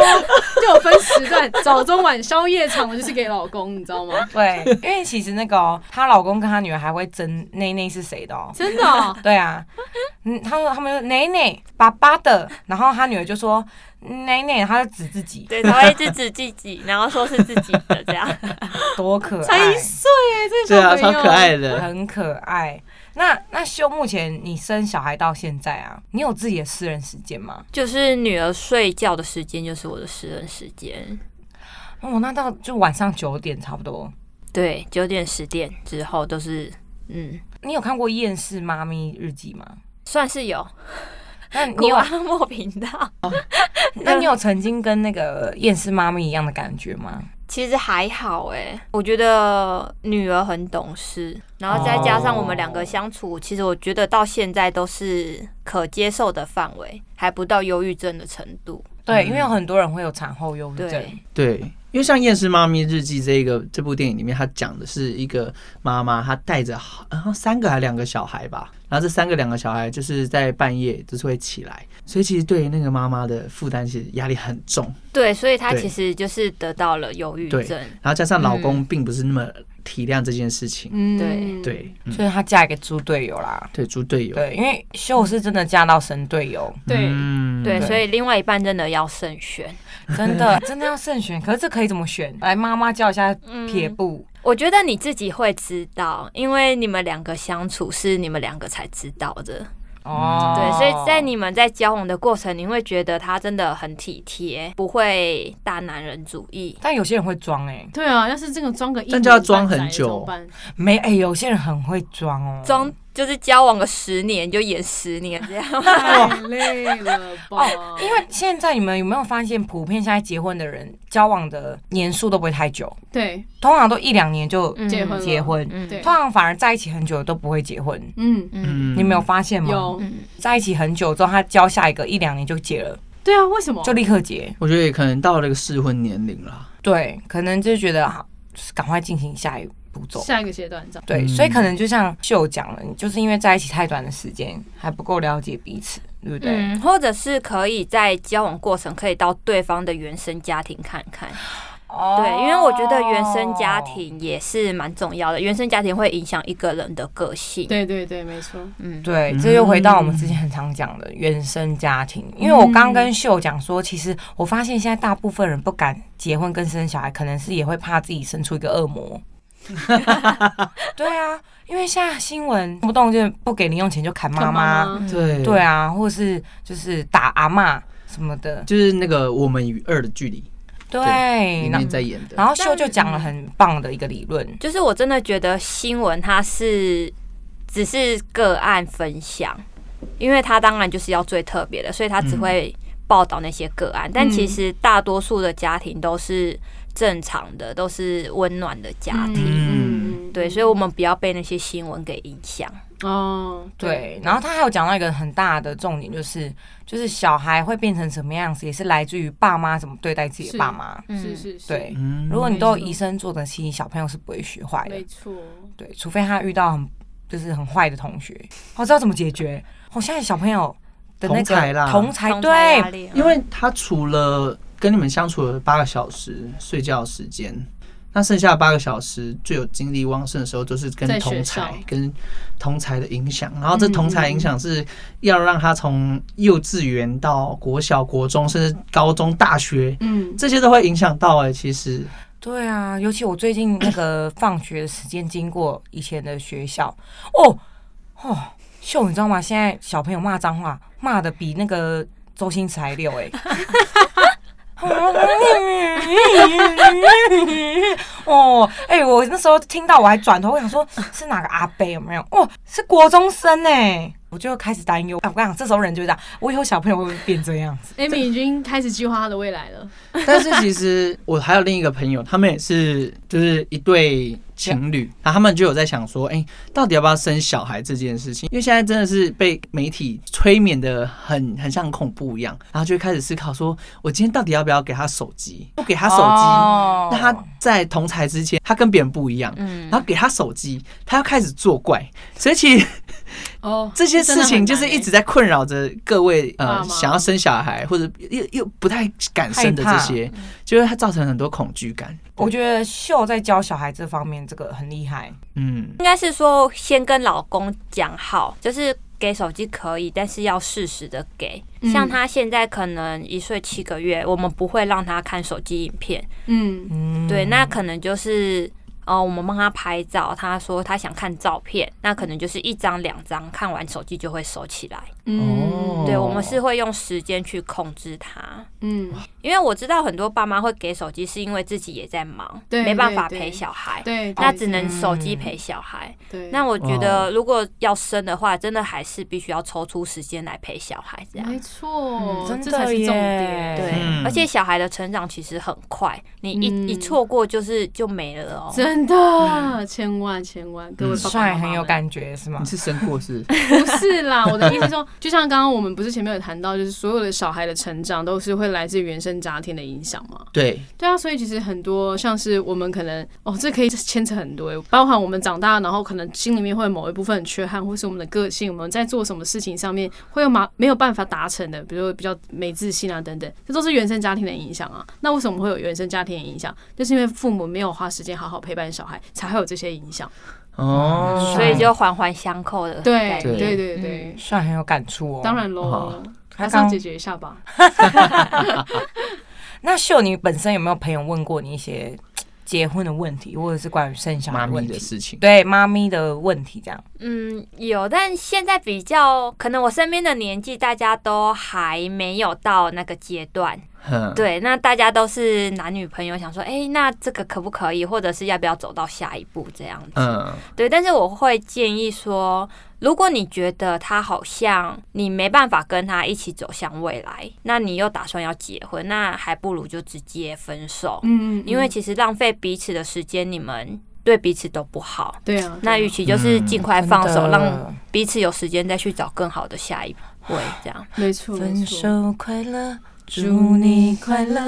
A: 就有分时段，早中晚宵夜场，我就是给老公，你知道吗？
D: 对，因为其实那个哦她、老公跟她女儿还会争内内是谁的哦。
A: 真的哦、
D: 对啊，嗯，他说他们说奶奶爸爸的，然后他女儿就说奶奶，他就指自己，
E: 对，他会制止自己，然后说是自己的 这样。
D: 多可
A: 才
D: 爱
A: 一，岁耶，这
G: 对
A: 个
G: 啊，
A: 小
G: 超
A: 朋友
G: 可爱的。
D: 很可爱。那那秀，目前你生小孩到现在啊，你有自己的私人时间吗？
E: 就是女儿睡觉的时间就是我的私人时间，
D: 哦，那到就晚上九点差不多。
E: 对，九点十点之后都是嗯，
D: 你有看过《厌世妈咪日记》吗？
E: 算是有。
D: 那你
E: 古
D: 有
E: 阿莫频道
D: 那你有曾经跟那个厌世妈咪一样的感觉吗？
E: 其实还好哎、我觉得女儿很懂事，然后再加上我们两个相处，其实我觉得到现在都是可接受的范围，还不到忧郁症的程度。
D: 对，因为有很多人会有产后忧郁症
E: 嗯对。
G: 对，因为像《厌世妈咪日记》这个这部电影里面，它讲的是一个妈妈，她带着好然后三个还两个小孩吧，然后这三个两个小孩就是在半夜就是会起来，所以其实对于那个妈妈的负担其实压力很重，
E: 对，所以她
G: 对
E: 其实就是得到了忧郁
G: 对
E: 症。
G: 然后加上老公并不是那么体谅这件事情，
A: 嗯
E: 对
G: 对，嗯，
D: 所以她嫁一个猪队友啦。
G: 对，猪队友，
D: 对，因为秀是真的嫁到神队友，
A: 对
G: 嗯
E: 对，
D: 对
E: 所以另外一半真的要慎选。
D: 真的真的要慎选。可是这可以怎么选？来，妈妈教一下撇步。
E: 嗯我觉得你自己会知道，因为你们两个相处是你们两个才知道的。
D: 哦，
E: 对，所以在你们在交往的过程，你会觉得他真的很体贴，不会大男人主义。
D: 但有些人会装哎，
A: 对啊，要是这个装个一
G: 但就要
A: 年
G: 装
A: 半载
G: 很久
A: 怎么 办
D: 没哎，有些人很会装哦，
E: 装就是交往个十年就演十年这样。
A: 太累了吧？
D: 因为现在你们有没有发现，普遍现在结婚的人交往的年数都不会太久，
A: 对
D: 通常都一两年就
A: 嗯结婚了
D: 结婚，
E: 嗯
A: 对
D: 通常反而在一起很久都不会结婚。
A: 嗯
E: 嗯，
G: 嗯
D: 你没有发现吗？
A: 有
D: 在一起很久之后，他交下一个一两年就结了，
A: 对啊，为什么？
E: 哦
D: 就立刻结。
G: 我觉得也可能到了一个适婚年龄了。
D: 对，可能就觉得好，就是赶快进行下一步骤。
A: 下一个阶段这样。
D: 对，
G: 嗯
D: 所以可能就像秀讲了，你就是因为在一起太短的时间，还不够了解彼此，对不对？
E: 嗯，或者是可以在交往过程可以到对方的原生家庭看看，
D: 哦
E: 对，因为我觉得原生家，庭也是蛮重要的，原生家庭会影响一个人的个性。
A: 对对对，没错。
E: 嗯，
D: 对，这又回到我们之前很常讲的原生家庭。因为我刚跟秀讲说，其实我发现现在大部分人不敢结婚跟生小孩，可能是也会怕自己生出一个恶 魔。对啊，因为现在新闻动不动就不给零用钱就砍妈
A: 看
D: 妈，
A: 妈，
G: 对
D: 对，啊，或是就是打阿嬷什么的，
G: 就是那个《我们与二的距离》
D: 对
G: 里。
D: 然
G: 面在演的
D: 然。后秀就讲了很棒的一个理论，
E: 就是我真的觉得新闻它是只是个案分享，因为它当然就是要最特别的，所以它只会
G: 嗯
E: 报道那些个案。但其实大多数的家庭都是正常的，都是温暖的家庭。
G: 嗯，
E: 对，所以我们不要被那些新闻给影响。
A: 哦，
D: 对，然后他还有讲到一个很大的重点，就是就是小孩会变成什么样子，也是来自于爸妈怎么对待自己的爸妈。
E: 嗯
A: 是是是，
D: 对，
G: 嗯
D: 如果你都有
A: 没错
D: 以身作则，其实小朋友是不会学坏
A: 没
D: 的。
A: 错。
D: 对，除非他遇到很就是很坏的同学，我知道怎么解决。我、现在小朋友的那
G: 同才
D: 个
G: 啦
D: 同才
E: 同侪压
D: 对，
E: 力
G: 哎
E: 嗯
G: 因为他除了跟你们相处了八个小时睡觉时间，那剩下的八个小时最有精力旺盛的时候，就是跟
A: 在学
G: 同
A: 校嗯
G: 才跟同才的影响。然后这同才影响是要让他从幼稚园到国小、国中，甚至高中、大学，
A: 嗯，
G: 这些都会影响到哎、其实，
D: 对啊，尤其我最近那个放学的时间经过以前的学校，哦哦，秀，你知道吗？现在小朋友骂脏话骂的比那个周星驰还溜哎、哦，哎、我那时候听到我还转头，我想说是哪个阿伯有没有？哦，是国中生哎、我就开始担忧。啊我跟你讲，这时候人就会这样，我以后小朋友会不会变这样子？
A: Amy 已经开始计划她的未来了。
G: 但是其实我还有另一个朋友，他们也是就是一对情侣，然后他们就有在想说，哎、到底要不要生小孩这件事情？因为现在真的是被媒体催眠的很很像恐怖一样，然后就会开始思考说，我今天到底要不要给他手机？不给他手机，
D: 哦
G: 那他在同台之前，他跟别人不一样。
E: 嗯
G: 然后给他手机，他要开始作怪，所以其实
A: 哦，
G: 这些事情就是
A: 欸
G: 一直在困扰着各位
A: 爸
G: 呃
A: 妈
G: 想要生小孩或者又又不太敢生的
D: 害
G: 这
D: 怕
G: 些，就是它造成很多恐惧感。
D: 我觉得秀在教小孩这方面，这个很厉害。
G: 嗯，
E: 应该是说先跟老公讲好，就是。给手机可以，但是要适时的给。
G: 嗯
E: 像他现在可能一岁七个月，我们不会让他看手机影片，
A: 嗯，
D: 嗯
E: 对，那可能就是。哦，我们帮他拍照，他说他想看照片，那可能就是一张两张，看完手机就会收起来。
A: 嗯，
D: 哦
E: 对，我们是会用时间去控制他，
A: 嗯，
E: 因为我知道很多爸妈会给手机，是因为自己也在忙，
A: 对
E: 没办法
A: 对对
E: 陪小孩，
A: 对，
E: 那
A: 对
E: 只能手机陪小孩。
A: 对，哦
E: 那我觉得如果要生的话，真的还是必须要抽出时间来陪小孩这
A: 没
E: 样。
A: 错，
D: 嗯
A: 这
D: 真
A: 才
D: 的
A: 是重
D: 耶
A: 点，
E: 对，
G: 嗯
E: 而且小孩的成长其实很快，你一、一
A: 嗯
E: 错过就是就没了哦。
A: 真的，千万千万，各位爸爸妈
D: 嗯帅
A: 妈
D: 很有
A: 们
D: 感觉是吗
G: 你？是生过是？
A: 不是啦，我的意思是说，就像刚刚我们不是前面有谈到，就是所有的小孩的成长都是会来自原生家庭的影响嘛？
G: 对，
A: 对啊，所以其实很多像是我们可能哦，这可以牵扯很多耶，包含我们长大，然后可能心里面会有某一部分很缺憾，或是我们的个性，我们在做什么事情上面会有马没有办法达成的，比如说比较没自信啊等等，这都是原生家庭的影响啊。那为什么会有原生家庭的影响？就是因为父母没有花时间好好陪伴小孩，才会有这些影响。
G: 哦，
E: 所以就环环相扣的
A: 对
E: 概
A: 对
E: 念。
A: 对对对，
D: 帅很有感触哦。
A: 当，然喽
G: 好。
A: 还
D: 他
A: 是要
D: 刚
A: 解决一下吧。
D: 那秀你本身有没有朋友问过你一些嘖结婚的问题，或者是关于生小
G: 妈
D: 孩
G: 咪
D: 问
G: 的
D: 题？
G: 事情，
D: 对妈咪的问题，这样
E: 嗯，有，但现在比较可能我身边的年纪，大家都还没有到那个阶段。
G: 嗯，
E: 对，那大家都是男女朋友，想说，哎、那这个可不可以，或者是要不要走到下一步这样子？
G: 嗯，
E: 对，但是我会建议说，如果你觉得他好像你没办法跟他一起走向未来，那你又打算要结婚，那还不如就直接分手，
A: 嗯
E: 因为其实浪费彼此的时间，你们对彼此都不好。
A: 对啊，
E: 那与其就是尽快放手，
D: 嗯真的
E: 让彼此有时间再去找更好的下一位，这样。
A: 没错，没
D: 分
A: 错
D: 手快乐，祝你快乐，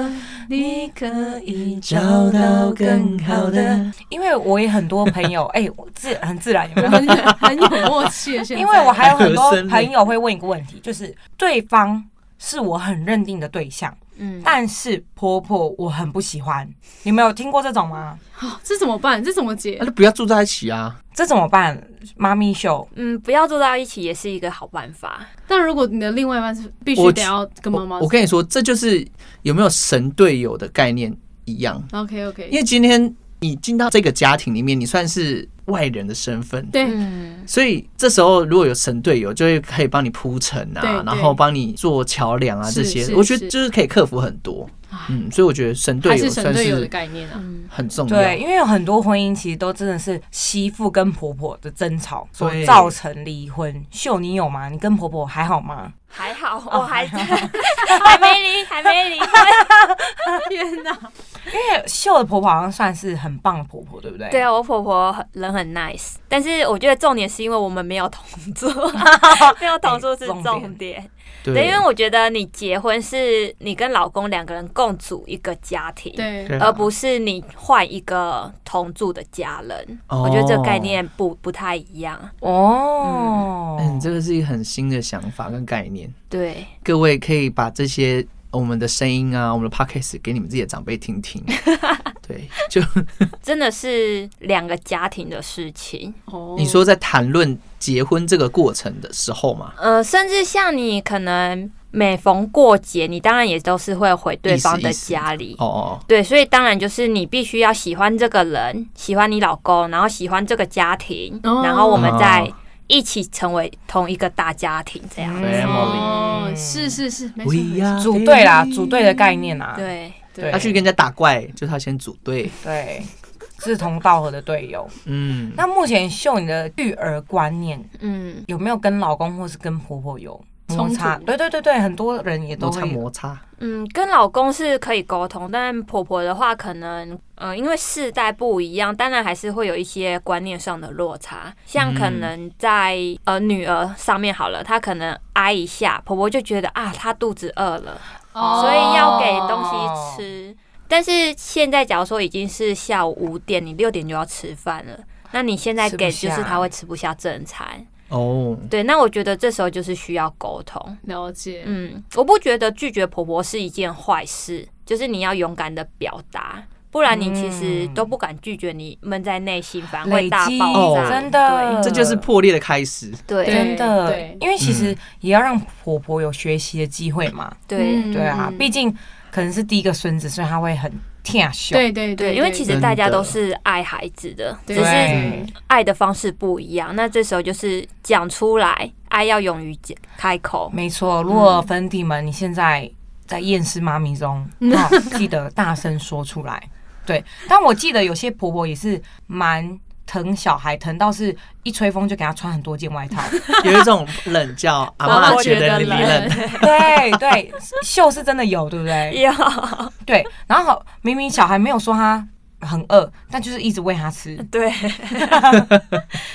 D: 你可以找到更好的。因为我也很多朋友，哎、我自很自然有没 有？
A: 很很有默契的。现在，
D: 因为我还有很多
G: 和声呢
D: 朋友会问一个问题，就是对方是我很认定的对象，
E: 嗯，
D: 但是婆婆我很不喜欢。你们有听过这种吗？
A: 哦这怎么办？这怎么解
G: 那？就不要住在一起啊，
D: 这怎么办？妈咪秀，
E: 嗯，不要住到一起也是一个好办法。
A: 但如果你的另外一半是必须
G: 我
A: 得要跟妈妈
G: 我我跟你说，这就是有没有神队友的概念一样，
A: ，OK
G: 因
A: OK，
G: 为今天你进到这个家庭里面，你算是外人的身份。
A: 对
E: 嗯，
G: 所以这时候如果有神队友，就会可以帮你铺陈
A: 对对
G: 啊，然后帮你做桥梁啊
A: 是
G: 这
A: 是
G: 些，我觉
A: 是
G: 得就是可以克服很多
A: 唉。
G: 嗯，所以我觉得神
A: 啊还
G: 队友
A: 是神
G: 算
A: 队友的
G: 是
A: 概念啊。
G: 很重要。
D: 对，因为有很多婚姻其实都真的是媳妇跟婆婆的争吵所
G: 对
D: 造成离婚。秀，你有吗？你跟婆婆还好吗？
E: 还好，我哦还在， 还没离，还没离婚。
A: 天哪，
D: 因为秀的婆婆好像算是很棒的婆婆，对不对？
E: 对啊，我婆婆很人很 nice，但是我觉得重点是因为我们没有同 住，没有同住是哎重点。对，因为我觉得你结婚是你跟老公两个人共组一个家庭，，
A: 对，
G: 对啊
E: 而呃不是你换一个同住的家人。
G: 哦
E: 我觉得这个概念不不太一样。
D: 哦，
G: 嗯，这个是一个很新的想法跟概念。
E: 对，
G: 各位可以把这些我们的声音啊，我们的 podcast 给你们自己的长辈听听。对，就
E: 真的是两个家庭的事情。
A: 哦，
G: 你说在谈论结婚这个过程的时候嘛，
E: 呃，甚至像你可能每逢过节，你当然也都是会回对方的
G: 意思意思
E: 家里。
G: 哦哦，
E: 对，所以当然就是你必须要喜欢这个人，喜欢你老公，然后喜欢这个家庭，
A: 哦
E: 然后我们再
G: 啊
E: 一起成为同一个大家庭这样。
G: family
A: 哦，是是是，没错，
G: We
A: 没错
G: are
D: 嗯组队啦，组队的概念啊，
E: 对，
D: 对，
G: 他去跟人家打怪，就是他先组队。
D: 对志同道合的队友。
G: 嗯，
D: 那目前秀你的育儿观念
E: 嗯，
D: 有没有跟老公或是跟婆婆有摩
A: 冲
D: 擦？
A: 突
D: 对对对对，很多人也
G: 摩
D: 都
G: 擦
D: 会。
G: 摩擦，
E: 嗯，跟老公是可以沟通，但婆婆的话，可能呃，因为世代不一样，当然还是会有一些观念上的落差。像可
G: 嗯
E: 能在呃女儿上面好了，她可能挨一下，婆婆就觉得啊，她肚子饿了，
A: 哦
E: 所以要给东西吃。但是现在假如说已经是下午五点，你六点就要吃饭了，那你现在
D: 吃不
E: 给就是
D: 下
E: 她会吃不下正餐。
G: 哦，
E: 对，那我觉得这时候就是需要沟通。
A: 了解，
E: 嗯嗯，我不觉得拒绝婆婆是一件坏事，就是你要勇敢的表达。不然你其实都不敢拒绝，你闷在内心反而会
D: 累
E: 大
D: 积
E: 爆
G: 哦
E: 炸，
D: 真的，
G: 这就是破裂的开 始。
E: 对对
D: 真的
A: 对，
D: 因为其实
G: 嗯
D: 也要让婆婆有学习的机会嘛。
E: 对
A: 嗯
D: 对啊，毕竟可能是第一个孙子，所以他会很疼惜。
A: 对对
E: 对，因为其实大家都
G: 真的
E: 是爱孩子的，
A: 对
E: 只是
D: 对
E: 爱的方式不一样。那这时候就是讲出来，爱要勇于讲开口。
D: 没错。如果粉底们，你现在在厌世妈咪中，
A: 嗯
D: 好记得大声说出来。对，但我记得有些婆婆也是蛮疼小孩，疼到是一吹风就给他穿很多件 外套。
G: 有一种冷 叫阿
A: 妈
G: 妈
A: 妈
G: 觉
A: 觉得
G: 得你
A: 冷
G: 冷，
D: 对对，秀是真的有，对不对？
E: 要
D: 对。然后明明小孩没有说他很饿，但就是一直喂他吃。
E: 对，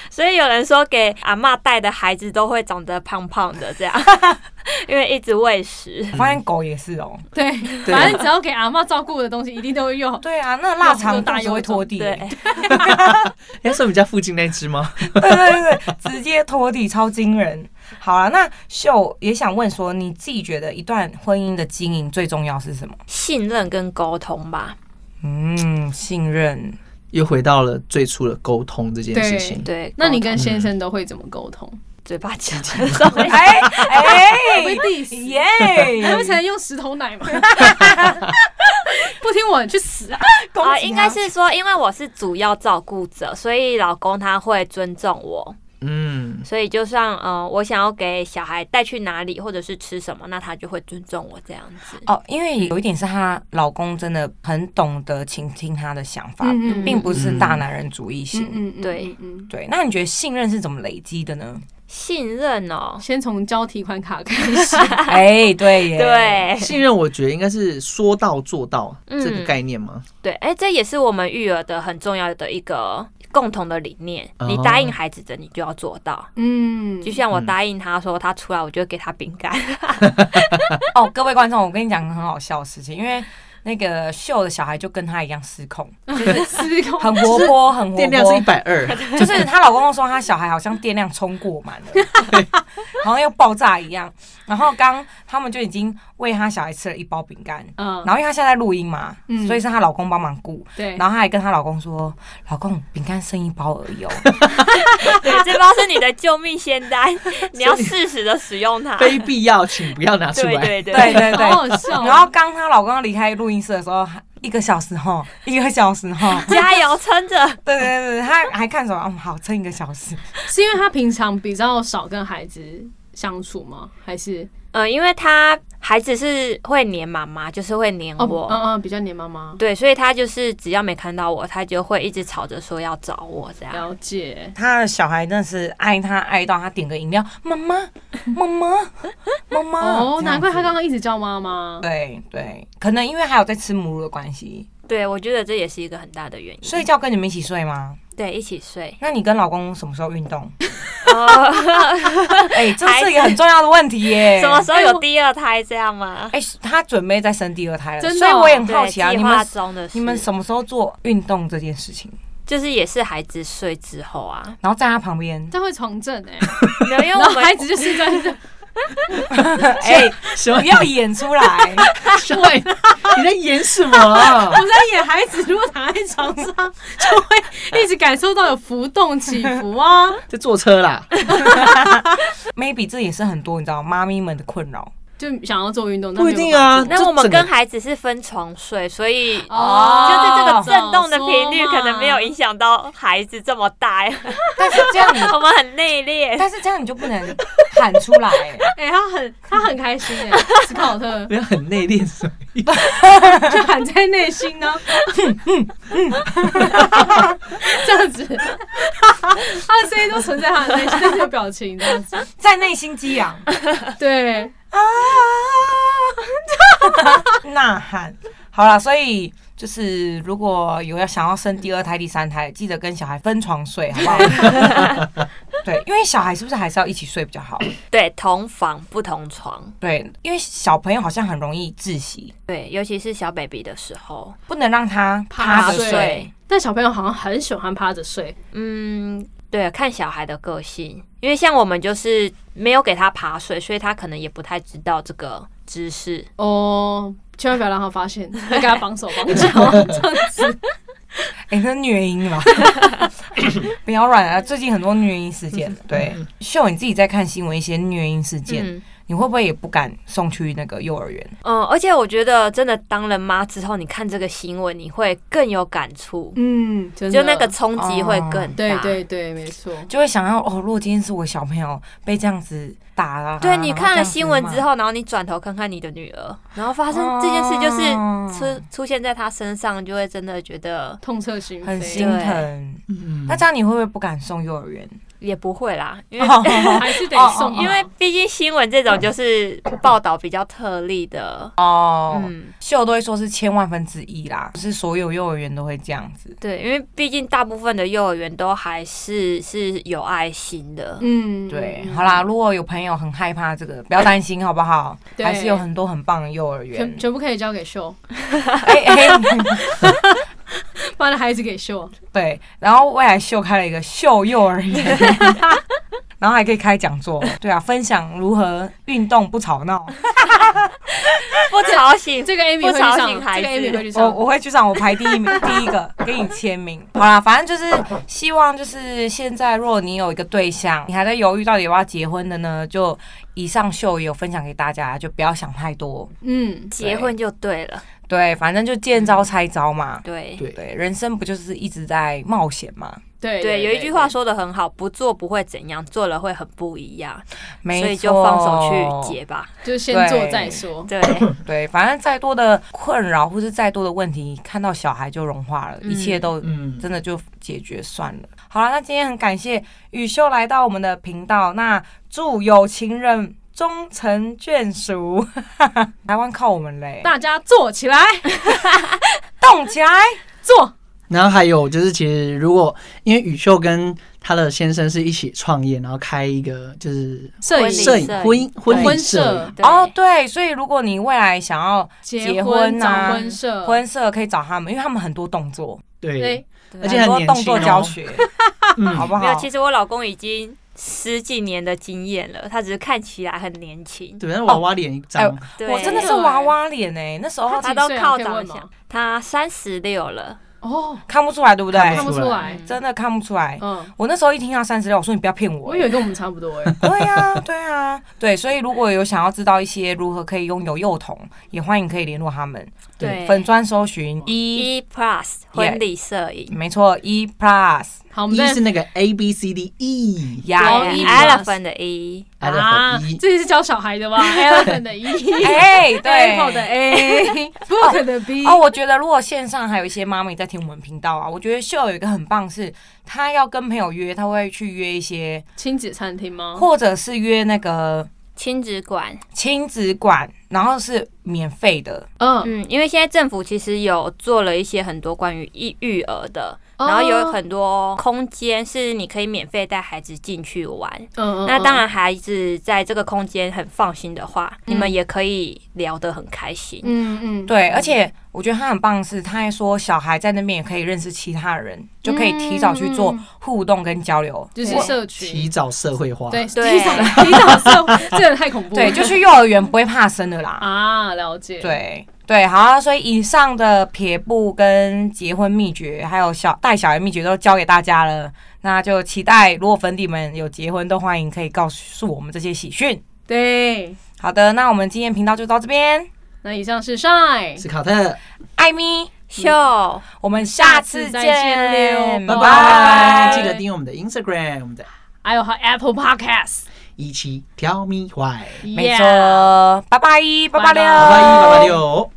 E: 所以有人说给阿嬷带的孩子都会长得胖胖的，这样， 因为一直喂食。
D: 我发现狗也是哦、
A: 对，
G: 对
A: 反正只要给阿嬷照顾的东西，一定都会用。
D: 对啊，那腊肠大就会拖地，
E: 对
D: 对，
G: 哎，是我们家附近那只吗？
D: 对对对，直接拖地，超惊人。好了，那秀也想问说，你自己觉得一段婚姻的经营最重要是什么？
E: 信任跟沟通吧，
D: 嗯，信任。
G: 又回到了最初的沟通这件事情。
E: 对。
A: 那你
E: 沟通
A: 跟先
G: 嗯
A: 生都会怎么沟通？
E: 嘴巴讲的时候，
D: 哎哎，
A: 会 diss，
D: 耶！
A: 他
D: 嗯
A: 们才能用石头奶嘛？不听我，你去死啊！
D: 恭
E: 啊，
D: 喜
E: 应该
D: 他
E: 是说，因为我是主要照顾者，所以老公他会尊重我，
G: 嗯，
E: 所以就像呃，我想要给小孩带去哪里，或者是吃什么，那他就会尊重我这样子。
D: 哦，因为有一点是她老公真的很懂得倾听她的想法，
A: 嗯嗯
D: 并不是大男人主义型。
A: 嗯嗯
E: 对
A: 嗯，
D: 对，那你觉得信任是怎么累积的呢？
E: 信任哦，
A: 先从交提款卡开始。
D: 哎，对耶，
E: 对
G: 信任我觉得应该是说到做到
E: 嗯
G: 这个概念吗？
E: 对，哎、这也是我们育儿的很重要的一个共同的理念。
G: 哦
E: 你答应孩子的，你就要做到。
A: 嗯，
E: 就像我答应他说，他出来我就给他饼干。
D: 哦，各位观众，我跟你讲个很好笑的事情，因为那个秀的小孩就跟她一样失控，
A: 失控。
D: 很活泼，很活
G: 电量是一
D: 泼。
G: 百二，
D: 就是她老公说她小孩好像电量充过满了， 好像要爆炸一样。然后刚他们就已经喂她小孩吃了一包饼干，
A: 嗯
D: 然，后因为她现在在录音嘛，
A: 嗯
D: 所以是她老公帮忙顾。
A: 对，
D: 然后她还跟她老公说：“老公，饼干剩一包而已哦。
E: 对，这包是你的救命仙 丹，你要适时的使用它。
G: 非必要请不要拿出
E: 对
G: 来。
E: 对”对
D: 对对对
A: 好。好笑哦。
D: 然后刚她老公要离开录音室的时候，一个小时后， 一个小时后，
E: 加油，撑着！
D: 对对对，对她还看什么？嗯，好，撑一个小时。
A: 是因为他平常比较少跟孩子相处吗？还是
E: 嗯，因为他孩子是会黏妈妈，就是会黏
A: 哦，
E: 我。
A: 嗯嗯，比较黏妈妈。
E: 对，所以他就是只要没看到我，他就会一直吵着说要找我这
D: 哦
E: 样。
A: 了解，
D: 他的小孩真的是爱他爱到他点个饮料，妈妈， 妈妈，妈妈。
A: 哦，
D: 这样子
A: 难怪他刚刚一直叫妈妈。
D: 对对，可能因为还有在吃母乳的关系，
E: 对，我觉得这也是一个很大的原因。
D: 睡觉跟你们一起睡吗？。
E: 对，一起睡
D: 那你跟老公什么时候运 动？
E: 哦，
D: 哎、这是一个很重要的问题耶。
E: 什么时候有第二胎这样吗？
D: 哎、他准备再生第二胎了，
A: 真的
D: 所
A: 哦
D: 以我也很
E: 对
D: 好奇啊，
E: 计
D: 你
E: 划
D: 们
E: 中的事
D: 你们什么时候做运动这件事情？，
E: 就是也是孩子睡之后啊
D: 然后在他旁边，
A: 但会床震 哎，
E: 没有，因为
A: 然
E: 我
A: 后
E: 们
A: 孩子就睡在这，
D: 哎、
G: 什么
D: 不？要演出来，
G: 什么？你在演什么 啊？
A: 我在演孩子，如果躺在床上，就会一直感受到有浮动起伏啊。
G: 在坐车啦。
D: maybe 这也是很多你知道妈咪们的困扰。
A: 就想要做运动，但
G: 不一定啊
A: 没有办法
E: 哦那我
G: 这
E: 们
G: 整个
E: 跟孩子是分床睡，所以就
A: 哦
E: 是这个震动的频率
A: 早说嘛
E: 可能没有影响到孩子这么大，
D: 但是这样你，
E: 我们很内敛。
D: 但是这样你就不能喊出来、
A: 做。哎、他很他很开心哎、斯考特
G: 不要很内敛什么意思，
A: 就喊在内心呢、这样子，他的声音都存在他的内心，但是有表情这样子。
D: 在内心激昂
A: 对，
D: 啊，呐喊。好啦，所以就是如果有要想要生第二胎、第三胎，记得跟小孩分床睡，好不好？ 对，因为小孩是不是还是要一起睡比较好？
E: 对，同房不同床，
D: 对，因为小朋友好像很容易窒息，
E: 对，尤其是小 baby 的时候，
D: 不能让他
A: 趴
D: 趴着
A: 睡
D: 睡。
A: 但小朋友好像很喜欢趴着睡，
E: 嗯，对，看小孩的个性，因为像我们就是没有给他爬水，所以他可能也不太知道这个知识。
A: 哦，千万不要让他发现，要给他绑手绑 脚。
D: 哎、那虐婴 吧，不要软啊！最近很多虐婴事
G: 嗯
D: 件，对，秀你自己在看新闻一些虐婴事件，
E: 嗯
D: 你会不会也不敢送去那个幼儿园？
E: 嗯，而且我觉得真的当了妈之后，你看这个新闻，你会更有感触，
A: 嗯，真的哦
E: 就那个冲击会更大。
A: 对对对，没错。
D: 就会想要哦，如果今天是我小朋友被这样子打啦、
E: 对你看了新闻之
D: 啊后
E: 后，然后你转头看看你的女儿，然后发
D: 哦
E: 生这件事就是出出现在她身上，就会真的觉得
A: 痛彻心扉，
D: 很心疼。
G: 嗯
D: 那这样你会不会不敢送幼儿园？
E: 也不会啦，因为、
A: 还是得送，
E: 哦
A: 啊
E: 因为毕竟新闻这种就是报道比较特例的，
D: 哦，
E: 嗯，
D: 秀都会说是千万分之一啦，不是所有幼儿园都会这样子。
E: 对，因为毕竟大部分的幼儿园都还是是有爱心的，
A: 嗯，
D: 对，好啦，如果有朋友很害怕这个，不要担心，好不好？
A: 对
D: 还是有很多很棒的幼儿园
A: 全。全部可以交给秀，
D: 哎哎，
A: 把你的孩子给秀，
D: 对，然后未来秀开了一个秀幼儿园， 然后还可以开讲座，对啊，分享如何运动不吵闹。
E: 不吵醒。
A: 这个 Amy
E: 不
A: 会去
E: 吵
A: 上，
E: 醒
A: 这
E: 孩
A: 个 Amy
E: 子
A: 会去
D: 我
A: 上，
D: 我会去上，我排第 一名，第一个给你签名。好啦，反正就是希望，就是现在，如果你有一个对象，你还在犹豫到底要不要结婚的呢，就以上秀也有分享给大家，就不要想太多。
A: 嗯，
E: 结婚就对了，
D: 对，反正就见招拆招嘛。
E: 对
G: 对
D: 对，人生不就是一直在冒险吗？
A: 对
E: 对，有一句话说的很好，不做不会怎样，做了会很不一样，所
D: 没错，
E: 以就放手去结吧。
A: 就是先做再说，
E: 对，
D: 对，反正再多的困扰或是再多的问题，看到小孩就融化了，一切都
G: 嗯，
D: 真的就解决算了。好了，那今天很感谢雨秀来到我们的频道，那祝有情人终成眷属， 台湾靠我们嘞，
A: 大家做起来，
D: 动起来！
A: 做，
G: 然后还有就是，其实如果因为宇秀跟她的先生是一起创业，然后开一个就是
A: 摄
E: 婚礼
G: 摄
A: 影
G: 影婚姻婚
A: 婚
G: 礼摄
A: 摄
G: 影，
E: 对
D: 哦，对，所以如果你未来想要
A: 结
D: 结婚啊
A: 找婚摄，
D: 婚摄，可以找他们，因为他们很多动作，
G: 对
A: 对，，
G: 而且
D: 很
G: 很
D: 多
G: 年
D: 动
G: 轻
D: 作
G: 哦
D: 教学，
G: 嗯
D: 好不
E: 没有，
D: 好？
E: 其实我老公已经十几年的经验了，他只是看起来很年轻。
G: 对，那娃娃脸一张，
E: 对，
D: 我真的是娃娃脸哎、那时候
E: 他
A: 他
E: 都
A: 几岁啊
E: 靠
A: 可以
E: 长
A: 问吗
E: 相，他三十六了，
A: 哦，
D: 看不出来，对不对？
G: 看
A: 看不出来，
D: 真的看不出来。
A: 嗯，
D: 我那时候一听到三十六，我说你不要骗我、欸
A: 我以为跟我们差不多 哎，
D: 对呀、对呀、对，所以如果有想要知道一些如何可以拥有幼童，也欢迎可以联络他们。
E: 对
D: 粉砖搜寻
A: E
D: 一，
E: 一 plus 婚礼摄影
D: 没错，一 plus
A: 好，我们
G: 一
A: 再
G: 是那个 A B C D E，
D: 呀，
A: 一
E: elephant 的一，
G: 还有
A: 啊
G: 一，，
A: 这是教小孩的吧？Elephant 的 E，
D: 哎，
A: Apple 的
D: 对。
E: 哦
D: E
A: A，Book 的 B，
D: 哦，我觉得如果线上还有一些妈咪在听我们频道啊，我觉得秀有一个很棒是，她要跟朋友约，她会去约一些，
A: 亲子餐厅吗？
D: 或者是约那个
E: 亲子馆。
D: 亲子馆，然后是免费的，
A: 嗯，
E: 嗯，因为现在政府其实有做了一些很多关于育育儿的，然后有很多空间是你可以免费带孩子进去玩。
A: 嗯，嗯
E: 那当，然，孩子在这个空间很放心的话，你们
A: 嗯
E: 也可以聊得很开心。
A: 嗯嗯，
D: 对，而且我觉得他很棒的是，他还说小孩在那边也可以认识其他人，就可以提早去做互动跟交流。
A: 就是
E: 对
A: 社
G: 提
A: 群，
G: 早社会
D: 啊
G: 化，
A: 对提
E: 对
A: 早提早社，这个太恐怖了，
D: 对，就去幼儿园不会怕生的
A: 嗯
D: 啦。
A: 啊，了解，，
D: 对对，好、啊，所以以上的撇步跟结婚秘诀，还有小带小孩秘诀都教给大家了。那就期待，如果粉底们有结婚，都欢迎可以告诉我们这些喜讯。
A: 对，
D: 好的，那我们今天频道就到这边，
A: 那以上是 Shine，
G: 是卡特。
D: 艾咪，
E: 秀，
D: 我们下次
A: 下次再
D: 见，
A: 见
G: 拜
A: 拜
G: 拜！
A: 拜
G: 记得订阅我们的 Instagram，我们的
A: 还有和 Apple Podcast，
G: 一期挑咪坏，
D: 没错
A: Yeah，，
D: 拜拜，八
G: 八八
D: 八六，
G: 一八八六。